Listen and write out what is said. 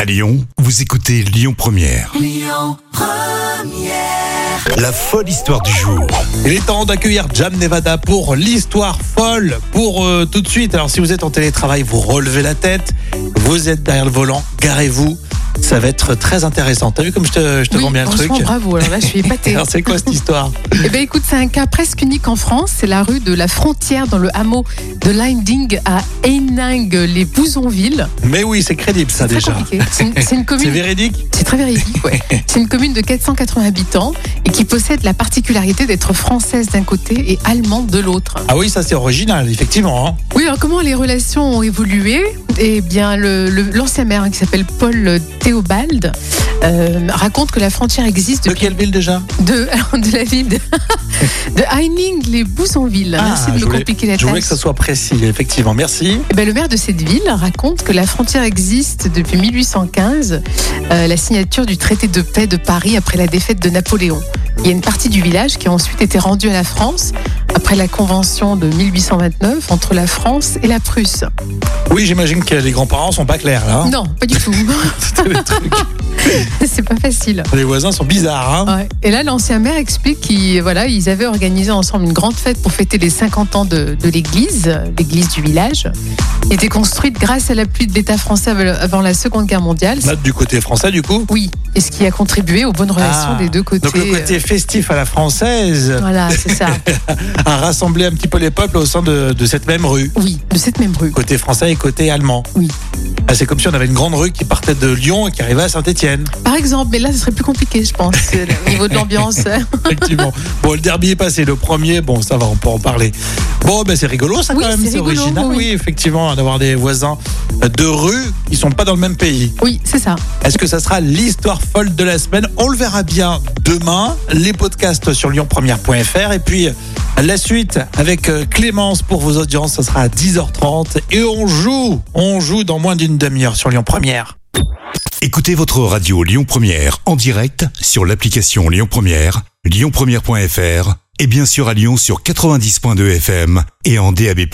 À Lyon, vous écoutez Lyon Première. La folle histoire du jour. Il est temps d'accueillir Jam Nevada pour l'histoire folle pour euh, tout de suite. Alors si vous êtes en télétravail, vous relevez la tête, vous êtes derrière le volant, garez-vous, ça va être très intéressant. T'as vu comme je te, je te Oui, vends bien le franchement, truc Bravo, alors là je suis épatée. Alors c'est quoi cette histoire eh ben, écoute, c'est un cas presque unique en France. C'est la rue de la Frontière dans le hameau de Linding à Heiningue, les Bouzonville. Mais oui, c'est crédible ça C'est très déjà. compliqué. C'est une, c'est une C'est commune. véridique C'est très véridique, ouais. C'est une commune de 480 habitants et qui possède la particularité d'être française d'un côté et allemande de l'autre. Ah oui, ça c'est original, effectivement. hein. Oui, alors comment les relations ont évolué Eh bien, le- le- l'ancien maire hein, qui s'appelle Paul Théobald euh, raconte que la frontière existe De depuis quelle ville déjà de, alors, de la ville de, de Heining, les Bouzonville. Ah, Merci de je me voulais- compliquer la Je voulais que tâche. ça soit précis, effectivement. Merci. Eh ben, le maire de cette ville raconte que la frontière existe depuis 1815, euh, la signature du traité de paix de Paris après la défaite de Napoléon. Il y a une partie du village qui a ensuite été rendue à la France après la convention de 1829 entre la France et la Prusse. Oui, j'imagine que les grands-parents sont pas clairs là. hein. Non, pas du tout. C'était le truc. C'est pas facile. Les voisins sont bizarres. hein. Ouais. Et là, l'ancien maire explique qu'ils voilà, ils avaient organisé ensemble une grande fête pour fêter les 50 ans de, de l'église, euh, l'église du village, qui était construite grâce à l'appui de l'État français av- avant la Seconde Guerre mondiale. Note du côté français du coup. Oui, et ce qui a contribué aux bonnes relations Ah, des deux côtés. Donc le côté festif à la française Euh, Voilà, c'est ça. a rassemblé un petit peu les peuples au sein de, de cette même rue, Oui, de cette même rue. côté français et côté allemand. Oui. Ah, c'est comme si on avait une grande rue qui partait de Lyon et qui arrivait à Saint-Étienne. Par exemple, mais là, ce serait plus compliqué, je pense, euh, au niveau de l'ambiance. Effectivement. bon, le derby est passé, le premier, bon, ça va, on peut en parler. Bon, ben c'est rigolo, ça Oui, quand même, c'est c'est rigolo, original. oui. effectivement, d'avoir des voisins de rue qui sont pas dans le même pays. Oui, c'est ça. Est-ce que ça sera l'histoire folle de la semaine On le verra bien demain. Les podcasts sur lyonpremière.fr et puis la suite avec euh, Clémence pour vos audiences, ça sera à 10h30 et on joue, on joue dans moins d'une demi-heure sur Lyon Première. Écoutez votre radio Lyon Première en direct sur l'application Lyon Première, lyonpremière.fr et bien sûr à Lyon sur 90.2 FM et en DAB+.